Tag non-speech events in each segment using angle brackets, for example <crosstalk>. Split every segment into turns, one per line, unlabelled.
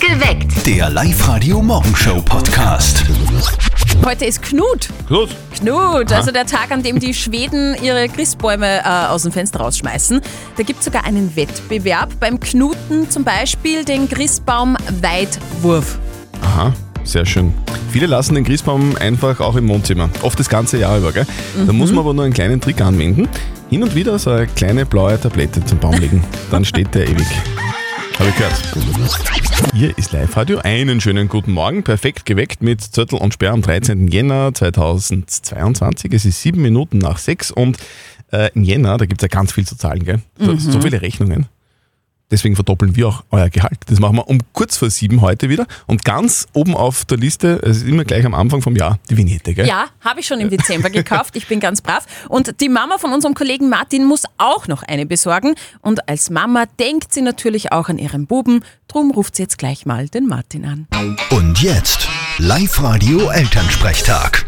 Geweckt.
Der Live-Radio-Morgenshow-Podcast.
Heute ist Knut.
Knut,
Knut, also der Tag, an dem die Schweden ihre Christbäume äh, aus dem Fenster rausschmeißen. Da gibt es sogar einen Wettbewerb. Beim Knuten zum Beispiel den Christbaum-Weitwurf.
Aha, sehr schön. Viele lassen den Christbaum einfach auch im Wohnzimmer. Oft das ganze Jahr über, gell? Da muss man aber nur einen kleinen Trick anwenden. Hin und wieder so eine kleine blaue Tablette zum Baum legen. Dann steht der ewig. Habe ich gehört. Hier ist Live-Radio. Einen schönen guten Morgen. Perfekt geweckt mit Zettel und Sperr am 13. Jänner 2022. Es ist sieben Minuten nach sechs und äh, im Jänner, da gibt es ja ganz viel zu zahlen, gell?
Mhm.
So, so viele Rechnungen. Deswegen verdoppeln wir auch euer Gehalt. Das machen wir um kurz vor sieben heute wieder. Und ganz oben auf der Liste, es ist immer gleich am Anfang vom Jahr, die Vignette, gell?
Ja, habe ich schon im Dezember gekauft. Ich bin ganz brav. Und die Mama von unserem Kollegen Martin muss auch noch eine besorgen. Und als Mama denkt sie natürlich auch an ihren Buben. Drum ruft sie jetzt gleich mal den Martin an.
Und jetzt Live-Radio Elternsprechtag.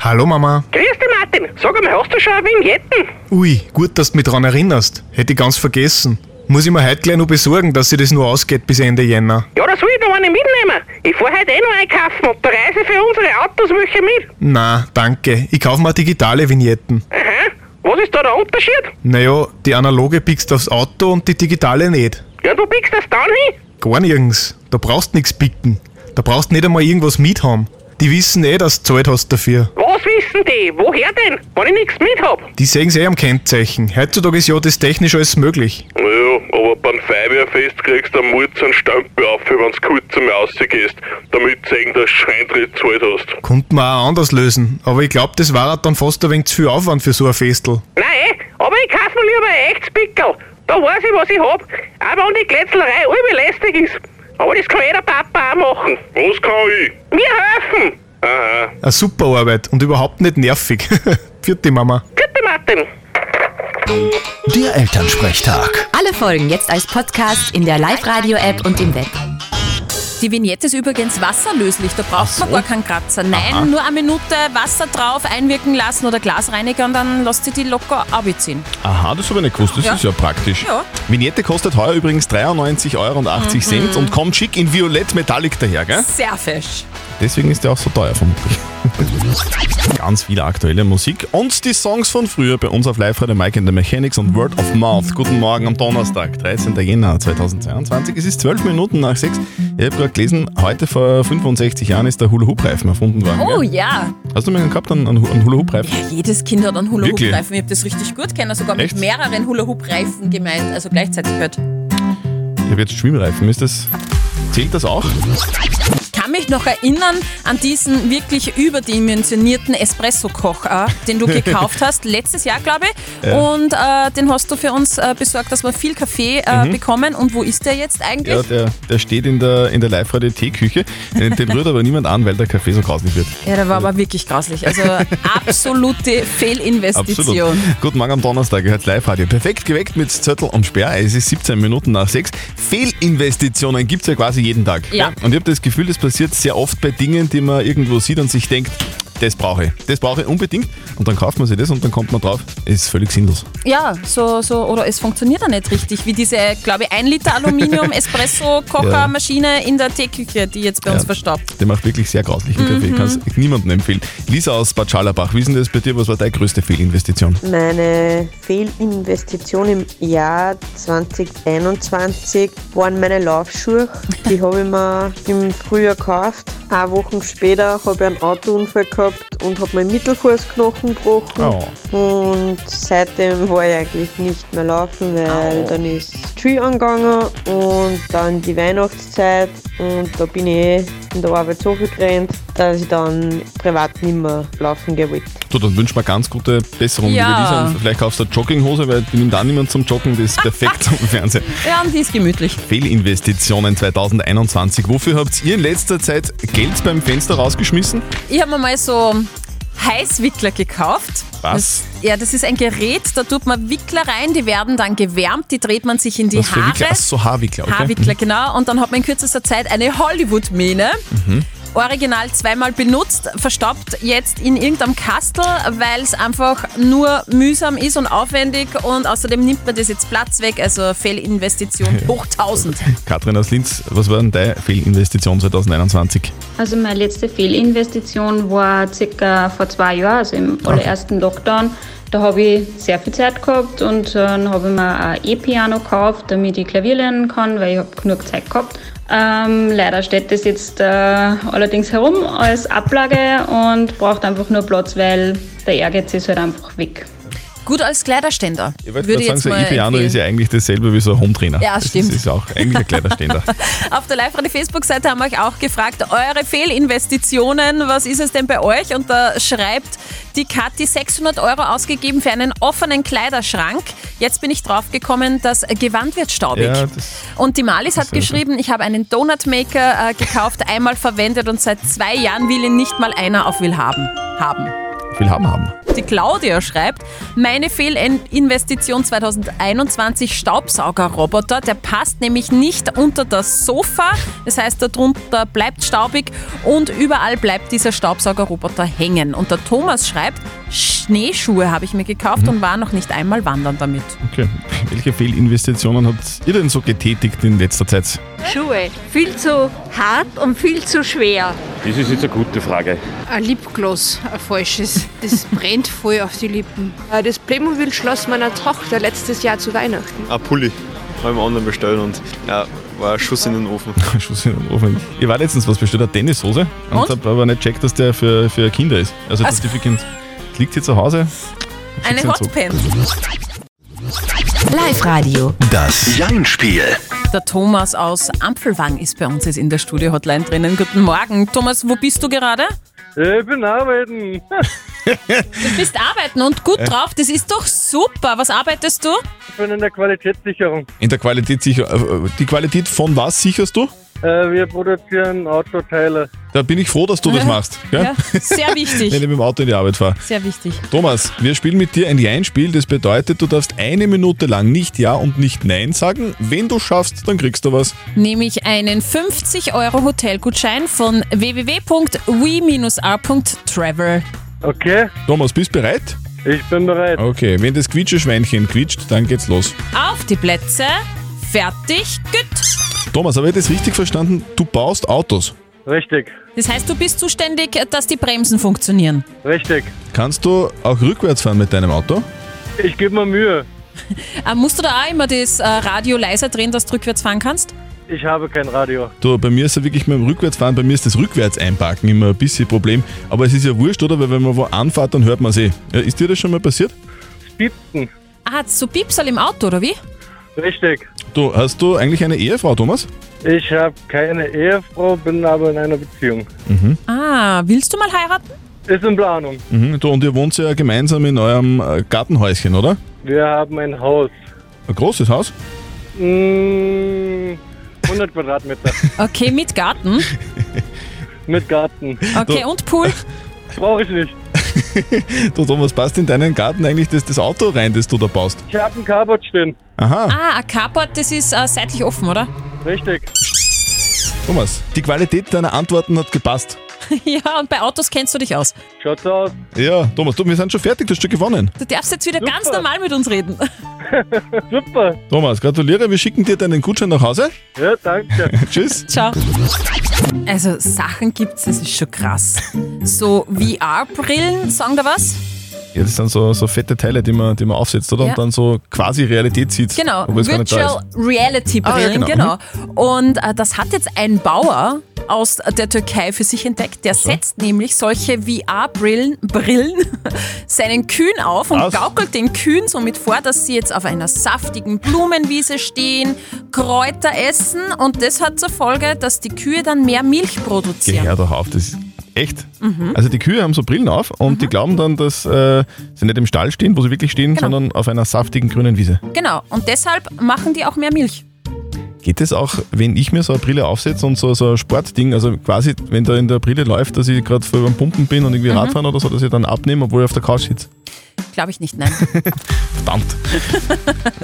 Hallo Mama.
Grüß dich, Martin. Sag einmal, hast du schon eine Vignetten?
Ui, gut, dass du mich dran erinnerst. Hätte ich ganz vergessen. Muss ich mir heute gleich noch besorgen, dass sie das nur ausgeht bis Ende Jänner.
Ja, da soll ich noch eine mitnehmen. Ich fahr heute eh noch einkaufen und da reise ich für unsere Autos welche mit.
Na, danke. Ich kaufe mir digitale Vignetten.
Aha. Was ist da der Unterschied?
Naja, die analoge pickst aufs Auto und die digitale nicht.
Ja, du biegst das dann hin.
Gar nirgends. Da brauchst nix picken. Da brauchst nicht einmal irgendwas mithaben. Die wissen eh, dass du Zeit hast dafür.
Was wissen die? Woher denn? Wenn ich nichts mit hab.
Die sehen's eh am Kennzeichen. Heutzutage ist ja das technisch alles möglich.
Naja, aber beim Feuerwehrfest kriegst du am Murz einen Stempel auf, wenn du kurz einmal rausgehst, damit sie sehen, dass du Scheintritt gezahlt hast.
Konnte man auch anders lösen. Aber ich glaub, das war dann fast ein wenig zu viel Aufwand für so ein Festel.
Nein, eh, aber ich kauf mir lieber ein echtes Pickel. Da weiß ich, was ich hab. Auch wenn die Glätzlerei überlästig ist. Aber das kann jeder Papa auch machen.
Was kann ich?
Mir helfen.
Aha.
Eine super Arbeit und überhaupt nicht nervig. <laughs> Vierte Mama.
Bitte, Martin.
Der Elternsprechtag.
Alle Folgen jetzt als Podcast in der Live-Radio-App und im Web.
Die Vignette ist übrigens wasserlöslich, da braucht man gar keinen Kratzer. Nein, nur eine Minute Wasser drauf einwirken lassen oder Glasreiniger und dann lasst sie die locker abziehen.
Aha, das habe ich nicht gewusst. Das
Ja.
ist ja praktisch.
Ja. Mhm.
Vignette kostet heuer übrigens 93,80 Euro und kommt schick in Violett Metallic daher, gell?
Sehr fesch.
Deswegen ist der auch so
<laughs>
teuer vermutlich. Ganz viele aktuelle Musik und die Songs von früher bei uns auf Live Radio Mike and the Mechanics und Word of Mouth. Guten Morgen am Donnerstag, 13. Jänner 2022. Es ist 12 Minuten nach 6. Ich habe gerade gelesen, heute vor 65 Jahren ist der Hula-Hoop-Reifen erfunden worden.
Oh
gell?
ja.
Hast du mal einen gehabt, einen, einen Hula-Hoop-Reifen?
ja. Jedes Kind hat einen
Wirklich?
Hula-Hoop-Reifen. Ich habe das richtig gut kennen, sogar mit
Echt?
mehreren Hula-Hoop-Reifen gemeint, also gleichzeitig gehört.
Ich habe jetzt Schwimmreifen. Ist das, zählt das auch?
Ich kann mich noch erinnern an diesen wirklich überdimensionierten Espresso-Kocher, den du
<laughs>
gekauft hast, letztes Jahr, glaube ich. Und äh, den hast du für uns äh, besorgt, dass wir viel Kaffee äh, bekommen. Und wo ist der jetzt eigentlich?
Mhm. Ja, der, der steht in der, in der Live-Radio-Teeküche. Den den rührt aber niemand an, weil der Kaffee so grauslich wird.
Ja, der war aber wirklich grauslich.
<laughs>
Also absolute Fehlinvestition.
Absolut. Guten Morgen am Donnerstag, ihr hört Live-Radio. Perfekt geweckt mit Zettel und Sperr. Es ist 17 Minuten nach 6. Fehlinvestitionen gibt es ja quasi jeden Tag.
Ja.
Und ich habe das Gefühl, das passiert sehr oft bei Dingen, die man irgendwo sieht und sich denkt, das brauche ich. Das brauche ich unbedingt. Und dann kauft man sich das und dann kommt man drauf, es ist völlig sinnlos.
Ja, so, so, oder es funktioniert ja nicht richtig, wie diese, glaube ich, 1 Liter
<laughs>
Aluminium-Espresso-Kochermaschine in der Teeküche, die jetzt bei uns verstaubt.
Der macht wirklich sehr
Mhm.
grauslichen Kaffee. Kann es niemandem empfehlen. Lisa aus Bad Schallerbach, wie ist denn das bei dir? Was war deine größte Fehlinvestition?
Meine Fehlinvestition im Jahr 2021 waren meine Laufschuhe. Die habe ich mir im Frühjahr gekauft. Eine Woche später habe ich einen Autounfall gehabt und habe meinen Mittelfußknochen gebrochen. Und seitdem war ich eigentlich nicht mehr laufen, weil dann ist Tree angegangen und dann die Weihnachtszeit und da bin ich eh in der Arbeit so viel gerannt, dass ich dann privat nicht mehr laufen gewollt.
So, dann wünschen wir ganz gute Besserung,
Ja.
liebe Lisa. Und Vielleicht kaufst du eine Jogginghose, weil die nimmt auch niemand zum Joggen. Das ist perfekt zum Fernsehen.
Ja, und die ist gemütlich.
Fehlinvestitionen 2021. Wofür habt ihr in letzter Zeit Geld beim Fenster rausgeschmissen?
Ich habe mir mal so Heißwickler gekauft.
Was?
Das, ja, das ist ein Gerät, da tut man Wickler rein, die werden dann gewärmt, die dreht man sich in die
Was für
Haare.
Mhm.
Wickler? Ach so, Haarwickler. Okay.
Mhm.
Haarwickler, genau. Und dann hat man in kürzester Zeit eine Hollywood-Mähne. original zweimal benutzt, verstaubt jetzt in irgendeinem Kastel, weil es einfach nur mühsam ist und aufwendig und außerdem nimmt man das jetzt Platz weg, also
<laughs>
Fehlinvestition hoch 1000.
Katrin aus Linz, was war denn deine Fehlinvestition 2021?
Also meine letzte Fehlinvestition war circa vor zwei Jahren, also im allerersten Lockdown. Da habe ich sehr viel Zeit gehabt und äh, dann habe ich mir ein E-Piano gekauft, damit ich Klavier lernen kann, weil ich habe genug Zeit gehabt. Ähm, leider steht das jetzt äh, allerdings herum als Ablage und braucht einfach nur Platz, weil der Ehrgeiz ist halt einfach weg.
Gut als Kleiderständer.
Ich
würde
wollte gerade
ich
sagen,
jetzt
so
mal
ein E-Piano
empfehlen.
ist ja eigentlich dasselbe wie so ein Hometrainer.
Ja,
das
stimmt.
Ist, ist auch eigentlich ein Kleiderständer.
<laughs> Auf der Live-Radio-Facebook-Seite haben wir euch auch gefragt, eure Fehlinvestitionen, was ist es denn bei euch? Und da schreibt die Kathi 600 Euro ausgegeben für einen offenen Kleiderschrank. Jetzt bin ich draufgekommen, das Gewand wird staubig.
Ja, das-
und die Malis hat geschrieben, ich habe einen Donutmaker äh, gekauft, einmal verwendet und seit zwei Jahren will ihn nicht mal einer auf Will haben. haben.
Will haben haben.
Die Claudia schreibt, meine Fehlinvestition 2021 Staubsaugerroboter, der passt nämlich nicht unter das Sofa, das heißt darunter bleibt staubig und überall bleibt dieser Staubsaugerroboter hängen. Und der Thomas schreibt, Schneeschuhe habe ich mir gekauft und war noch nicht einmal wandern damit.
Okay. Welche Fehlinvestitionen habt ihr denn so getätigt in letzter Zeit?
Schuhe. Viel zu hart und viel zu schwer.
Das ist jetzt eine gute Frage.
Ein Lipgloss, ein falsches. Das brennt voll auf die Lippen.
Das Playmobil-Schloss meiner Tochter letztes Jahr zu Weihnachten.
Ein Pulli habe ich mir online bestellt und ja, war ein Schuss in den Ofen.
Schuss in den Ofen. Ich war letztens was bestellt, eine Tennishose. Und,
Und?
habe aber nicht gecheckt, dass der für, für Kinder ist. Also,
Was?
das für Kind liegt hier zu Hause.
Eine
Schicksalszug.
Hotpants.
Live-Radio.
Das Jein-Spiel.
Der Thomas aus Ampelwang ist bei uns jetzt in der Studio-Hotline drinnen. Guten Morgen. Thomas, wo bist du gerade?
Ich bin arbeiten.
Du bist arbeiten und gut drauf, das ist doch super. Was arbeitest du?
Ich bin in der Qualitätssicherung.
In der Qualität sicher. äh, Die Qualität von was sicherst du?
Äh, wir produzieren Autoteile.
Da bin ich froh, dass du das machst. Gell?
Ja, sehr <laughs> wichtig.
Wenn ich mit dem Auto in die Arbeit fahre.
Sehr wichtig.
Thomas, wir spielen mit dir ein Jein-Spiel. Das bedeutet, du darfst eine Minute lang nicht Ja und nicht Nein sagen. Wenn du schaffst, dann kriegst du was.
Nehme ich einen 50 Euro Hotelgutschein von www.we-r.travel.
Okay. Thomas, bist du bereit? Ich bin bereit. Okay, wenn das Quietscheschweinchen quietscht, dann geht's los.
Auf die Plätze, fertig, gut.
Thomas, habe ich das richtig verstanden? Du baust Autos. Richtig.
Das heißt, du bist zuständig, dass die Bremsen funktionieren.
Richtig. Kannst du auch rückwärts fahren mit deinem Auto?
Ich gebe mir Mühe.
Äh, musst du da auch immer das äh, Radio leiser drehen, dass du rückwärts fahren kannst?
Ich habe kein Radio.
Du, bei mir ist ja wirklich mit dem Rückwärtsfahren, bei mir ist das Rückwärts-Einparken immer ein bisschen ein Problem. Aber es ist ja wurscht, oder? Weil wenn man wo anfährt, dann hört man eh. Ja, ist dir das schon mal passiert?
Piepsen.
Ah, so Piepsal im Auto, oder wie?
Richtig.
Du, hast du eigentlich eine Ehefrau, Thomas?
Ich habe keine Ehefrau, bin aber in einer Beziehung.
Mhm.
Ah, willst du mal heiraten?
Ist in Planung.
mhm. Du, und ihr wohnt ja gemeinsam in eurem äh, Gartenhäuschen, oder?
Wir haben ein Haus.
Ein großes Haus?
Mm, 100 Quadratmeter.
Okay, mit Garten.
Mit Garten.
Okay, und Pool?
Brauche ich nicht.
Du, Thomas, passt in deinen Garten eigentlich das, das Auto rein, das du da baust?
Ich habe ein Carport stehen.
Aha.
Ah, ein Carport, das ist äh, seitlich offen, oder? <laughs>
Richtig.
Thomas, die Qualität deiner Antworten hat gepasst.
ja, und bei Autos kennst du dich aus.
Schaut so aus.
Ja, Thomas, du, wir sind schon fertig, du hast schon gewonnen.
Du darfst jetzt wieder ganz normal mit uns reden. <laughs>
Super.
Thomas, gratuliere, wir schicken dir deinen Gutschein nach Hause.
Ja, danke.
<laughs> Tschüss.
Ciao. Also Sachen gibt's, das ist schon krass. So VR-Brillen, sagen da was?
Ja, das sind so, so fette Teile, die man, die man aufsetzt, oder?
Ja.
Und dann so quasi Realität sieht.
Genau,
obwohl es gar nicht da
Virtual
Ah, ja,
Reality-Brillen,
genau.
genau. Und äh, das hat jetzt ein Bauer aus der Türkei für sich entdeckt. Der setzt nämlich solche VR-Brillen Brillen, <laughs> seinen Kühen auf und
Was?
gaukelt den Kühen somit vor, dass sie jetzt auf einer saftigen Blumenwiese stehen, Kräuter essen und das hat zur Folge, dass die Kühe dann mehr Milch
ist. Geh
produzieren.
her doch auf, das ist echt.
Mhm.
Also die Kühe haben so Brillen auf und die glauben dann, dass äh, sie nicht im Stall stehen, wo sie wirklich stehen, sondern auf einer saftigen grünen Wiese.
Genau, und deshalb machen die auch mehr Milch.
Geht das auch, wenn ich mir so eine Brille aufsetze und so, so ein Sportding, also quasi, wenn da in der Brille läuft, dass ich gerade voll beim Pumpen bin und irgendwie
Mhm.
Radfahren oder so, dass ich dann abnehme, obwohl ich auf der Couch sitze?
Glaube ich nicht,
<laughs>
nein.
Verdammt.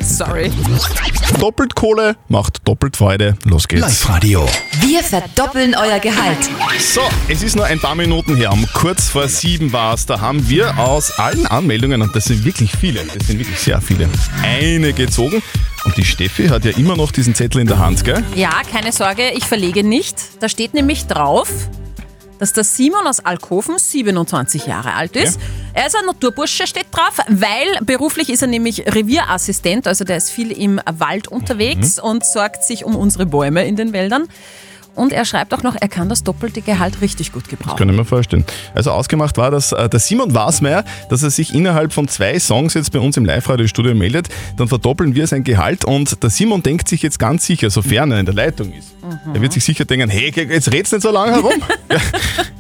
Sorry.
Doppelt Kohle macht doppelt Freude. Los geht's.
Live-Radio.
Wir verdoppeln euer Gehalt.
So, es ist nur ein paar Minuten her. Um kurz vor sieben war es. Da haben wir aus allen Anmeldungen, und das sind wirklich viele, das sind wirklich sehr viele, eine gezogen. Und die Steffi hat ja immer noch diesen Zettel in der Hand, gell?
Ja, keine Sorge, ich verlege nicht. Da steht nämlich drauf, dass der Simon aus Alkoven 27 Jahre alt ist. Er ist ein Naturbursche, steht drauf, weil beruflich ist er nämlich Revierassistent, also der ist viel im Wald unterwegs und sorgt sich um unsere Bäume in den Wäldern. Und er schreibt auch noch, er kann das doppelte Gehalt richtig gut
Das
gebrauchen.
kann ich mir vorstellen. Also ausgemacht war, dass äh, der Simon Wasmeier, dass er sich innerhalb von zwei Songs jetzt bei uns im Live-Radio-Studio meldet. Dann verdoppeln wir sein Gehalt und der Simon denkt sich jetzt ganz sicher, sofern er in der Leitung ist, er wird sich sicher denken, hey, jetzt red's nicht so
<laughs>
lange herum. Ja,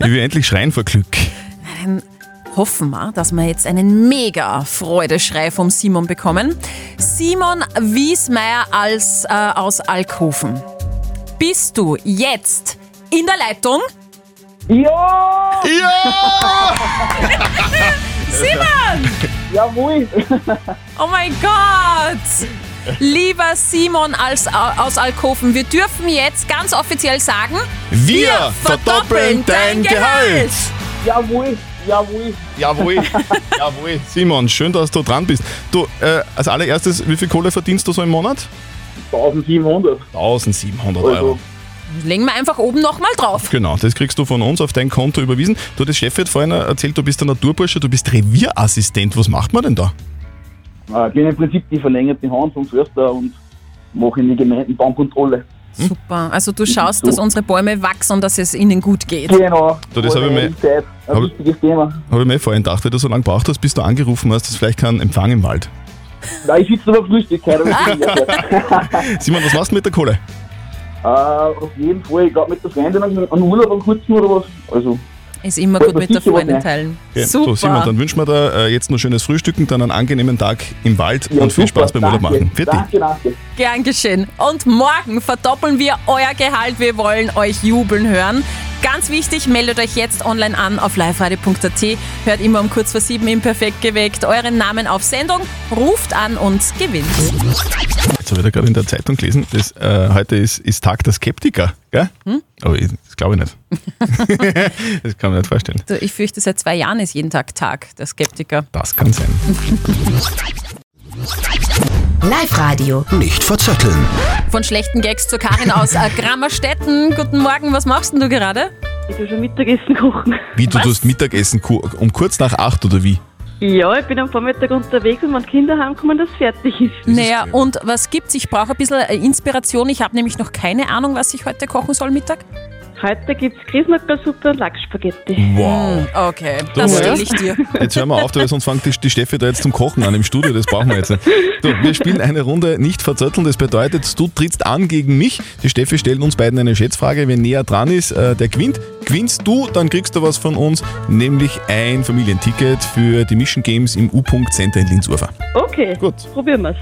ich will endlich schreien vor Glück.
Dann hoffen wir, dass wir jetzt einen mega Freudeschrei vom Simon bekommen. Simon Wiesmeier als, äh, aus Alkoven. Bist du jetzt in der Leitung?
Ja!
Ja!
<laughs> Simon!
Jawohl!
Oh mein Gott! Lieber Simon als, äh, aus Alkoven, wir dürfen jetzt ganz offiziell sagen,
Wir verdoppeln dein Gehalt.
Jawohl! Jawohl!
<laughs>
Jawohl, jawohl. Simon, schön, dass du dran bist. Du, äh, als allererstes, wie viel Kohle verdienst du so im Monat?
1700.
1700 Euro.
Also,
Legen wir einfach oben nochmal drauf.
Genau, das kriegst du von uns auf dein Konto überwiesen. Du, das Chef hat vorhin erzählt, du bist der Naturbursche, du bist Revierassistent. Was macht man denn da?
Ich bin Äh, im Prinzip die verlängerte Hand vom Förster und mache in die Gemeinden Baumkontrolle.
Super. Also du schaust, dass unsere Bäume wachsen und dass es ihnen gut geht.
Genau.
Du, das habe ich, mir-
Zeit, ein
hab-
wichtiges Thema.
hab ich mir vorhin gedacht, weil du so lange braucht hast, bis du angerufen hast, dass vielleicht kein Empfang im Wald.
Nein, ich sitze aber Frühstück,
<laughs>
Äh, keine
Simon, was machst du mit
<laughs>
der Kohle?
Äh, auf jeden Fall, ich glaube mit der Freundin an an Urlaub am kurzen oder was. Also,
Ist immer
Wollt
gut
man
mit der
sicher was
Freundin
machen?
teilen.
Okay,
Super.
So, Simon, dann wünschen wir dir äh, jetzt noch schönes Frühstücken, dann einen angenehmen Tag im Wald
ja,
und viel
super,
Spaß beim Urlaub
danke,
machen. Fertig.
Danke, danke.
Gern geschehen. Und morgen verdoppeln wir euer Gehalt. Wir wollen euch jubeln hören. Ganz wichtig, meldet euch jetzt online an auf liveradio.at. Hört immer um kurz vor sieben im Perfekt geweckt euren Namen auf Sendung, ruft an und gewinnt.
Jetzt habe ich da gerade in der Zeitung gelesen, dass, äh, heute ist, ist Tag der Skeptiker, gell? Aber ich, das glaube ich <laughs> nicht. das kann man nicht vorstellen.
Du, ich fürchte, seit zwei Jahren ist jeden Tag Tag der Skeptiker.
Das kann sein.
Live-Radio.
Nicht verzetteln.
Von schlechten Gags zu Karin aus äh, Grammerstetten. Guten Morgen, was machst denn du gerade?
Ich tue schon Mittagessen kochen.
Wie, du tust Mittagessen ku- um kurz nach acht oder wie?
Ja, ich bin am Vormittag unterwegs und wenn die Kinder heimkommen, dass fertig ist.
Naja, und was gibt's? Ich brauche ein bisschen äh, Inspiration. Ich habe nämlich noch keine Ahnung, was ich heute kochen soll Mittag.
Heute gibt's Grießnackersuppe und Lachsspaghetti.
Wow.
Okay,
Du,
das
ja.
stelle ich dir.
Jetzt hören wir auf, weil sonst fängt die, die Steffi da jetzt zum Kochen an im Studio, das brauchen wir jetzt nicht. So, wir spielen eine Runde nicht verzötteln, das bedeutet, du trittst an gegen mich. Die Steffi stellt uns beiden eine Schätzfrage, wer näher dran ist, äh, der gewinnt. Gewinnst du, dann kriegst du was von uns, nämlich ein Familienticket für die Mission Games im U-Punkt Center in Linz-Urfer.
Okay,
Gut.
probieren wir's.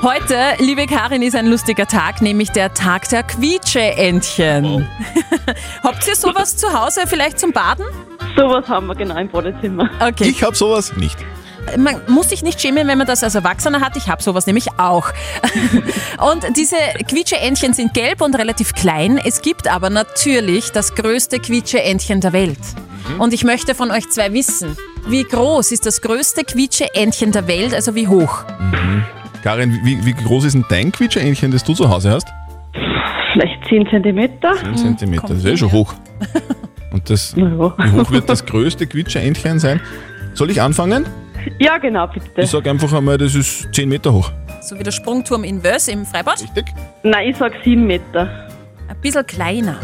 Heute, liebe Karin, ist ein lustiger Tag, nämlich der Tag der Quietscheentchen.
Oh.
<laughs> Habt ihr sowas zu Hause vielleicht zum Baden?
Sowas haben wir genau im Badezimmer.
Okay.
Ich hab sowas nicht.
Man muss sich nicht schämen, wenn man das als Erwachsener hat. Ich habe sowas nämlich auch. <laughs> und diese Quietscheentchen sind gelb und relativ klein. Es gibt aber natürlich das größte Quietscheentchen der Welt. Und ich möchte von euch zwei wissen, wie groß ist das größte Quietscheentchen der Welt, also wie hoch?
Mhm. Karin, wie, wie groß ist denn dein Quietscheentchen, das du zu Hause hast?
Vielleicht 10 Zentimeter.
10 Zentimeter, das ist eh schon hoch. Und
<laughs>
das, wie hoch wird das größte Quietscheentchen sein? Soll ich anfangen?
Ja, genau, bitte.
Ich sage einfach einmal, das ist 10 Meter hoch.
So wie der Sprungturm Inverse im Freibad?
Richtig.
Nein, ich sag 7 Meter.
Ein bisschen kleiner.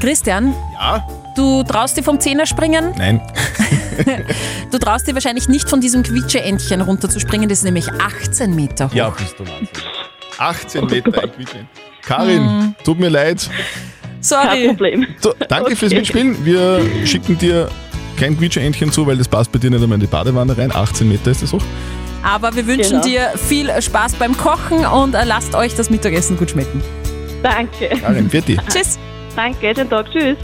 Christian,
Ja?
du traust dir vom Zehner springen?
Nein.
Du traust dir wahrscheinlich nicht von diesem Quietscheentchen runterzuspringen, das ist nämlich 18 Meter hoch.
Ja, bist du Wahnsinn. Oh 18 Meter ein Quietscheentchen. Karin,
Mhm.
tut mir leid.
Sorry. Kein
Problem.
So, danke fürs Mitspielen. Wir schicken dir kein Quietscheentchen zu, weil das passt bei dir nicht einmal in die Badewanne rein. 18 Meter ist das hoch.
Aber wir wünschen
Genau.
dir viel Spaß beim Kochen und äh, lasst euch das Mittagessen gut schmecken.
Danke.
Karin, fertig.
Tschüss.
Danke, schönen Tag, tschüss.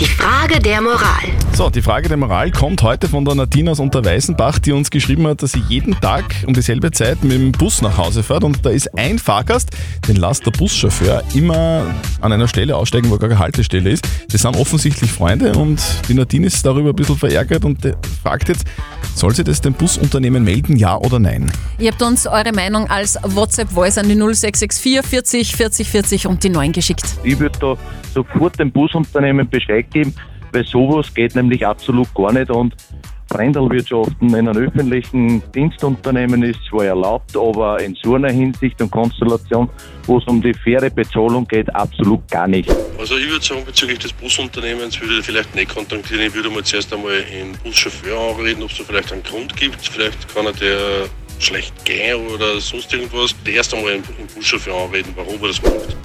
Die Frage der Moral.
So, die Frage der Moral kommt heute von der Nadine aus Unterweißenbach, die uns geschrieben hat, dass sie jeden Tag um dieselbe Zeit mit dem Bus nach Hause fährt und da ist ein Fahrgast, den lasst der Buschauffeur immer an einer Stelle aussteigen, wo gar keine Haltestelle ist. Das sind offensichtlich Freunde und die Nadine ist darüber ein bisschen verärgert und äh, fragt jetzt, soll sie das dem Busunternehmen melden, ja oder nein?
Ihr habt uns eure Meinung als WhatsApp-Voice an die 0664 40 40 40 und die 9 geschickt.
Ich würde da sofort dem Busunternehmen Bescheid geben, weil sowas geht nämlich absolut gar nicht und Brendelwirtschaften in einem öffentlichen Dienstunternehmen ist zwar erlaubt, aber in so einer Hinsicht und Konstellation, wo es um die faire Bezahlung geht, absolut gar nicht.
Also ich würde sagen, bezüglich des Busunternehmens würde ich vielleicht nicht kontaktieren. Ich würde mal zuerst einmal den Buschauffeur anreden, ob es da vielleicht einen Grund gibt. Vielleicht kann er der schlecht gehen oder sonst irgendwas. Erst einmal den Buschauffeur anreden, warum er das macht.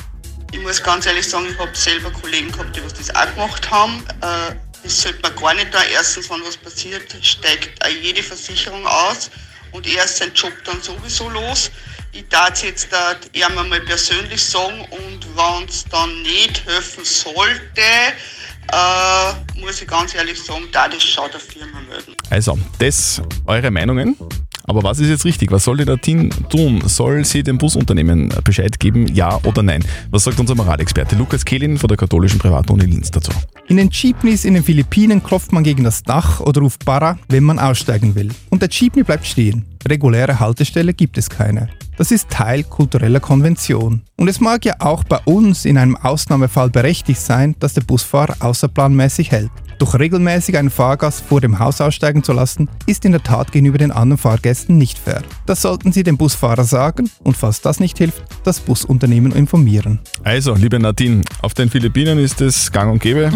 Ich muss ganz ehrlich sagen, ich habe selber Kollegen gehabt, die was das auch gemacht haben. Äh, das sollte man gar nicht da. Erstens, wenn was passiert, steigt auch jede Versicherung aus und er ist sein Job dann sowieso los. Ich darf es jetzt da eher mal persönlich sagen und wenn es dann nicht helfen sollte, äh, muss ich ganz ehrlich sagen, da das schaut der Firma mögen.
Also, das eure Meinungen. Aber was ist jetzt richtig? Was soll die Nadine tun? Soll sie dem Busunternehmen Bescheid geben, ja oder nein? Was sagt unser Moralexperte Lukas Kehlin von der katholischen Privatuni Linz dazu?
In den Jeepneys in den Philippinen klopft man gegen das Dach oder ruft Para, wenn man aussteigen will. Und der Jeepney bleibt stehen. Reguläre Haltestelle gibt es keine. Das ist Teil kultureller Konvention. Und es mag ja auch bei uns in einem Ausnahmefall berechtigt sein, dass der Busfahrer außerplanmäßig hält. Doch regelmäßig einen Fahrgast vor dem Haus aussteigen zu lassen, ist in der Tat gegenüber den anderen Fahrgästen nicht fair. Das sollten Sie dem Busfahrer sagen und falls das nicht hilft, das Busunternehmen informieren.
Also, liebe Nadine, auf den Philippinen ist es gang und gäbe,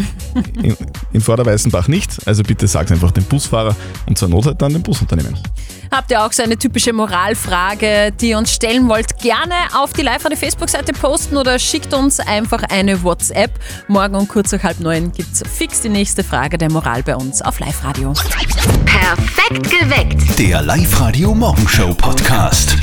in, in Vorderweißenbach nicht. Also bitte sag's einfach dem Busfahrer und zur Not halt dann dem Busunternehmen.
Habt ihr auch so eine typische Moralfrage, die ihr uns stellen wollt? Gerne auf die live der Facebook-Seite posten oder schickt uns einfach eine WhatsApp. Morgen um kurz nach halb neun gibt's fix die nächste Frage der Moral bei uns auf Live-Radio.
Perfekt geweckt.
Der Live-Radio Morgenshow Podcast.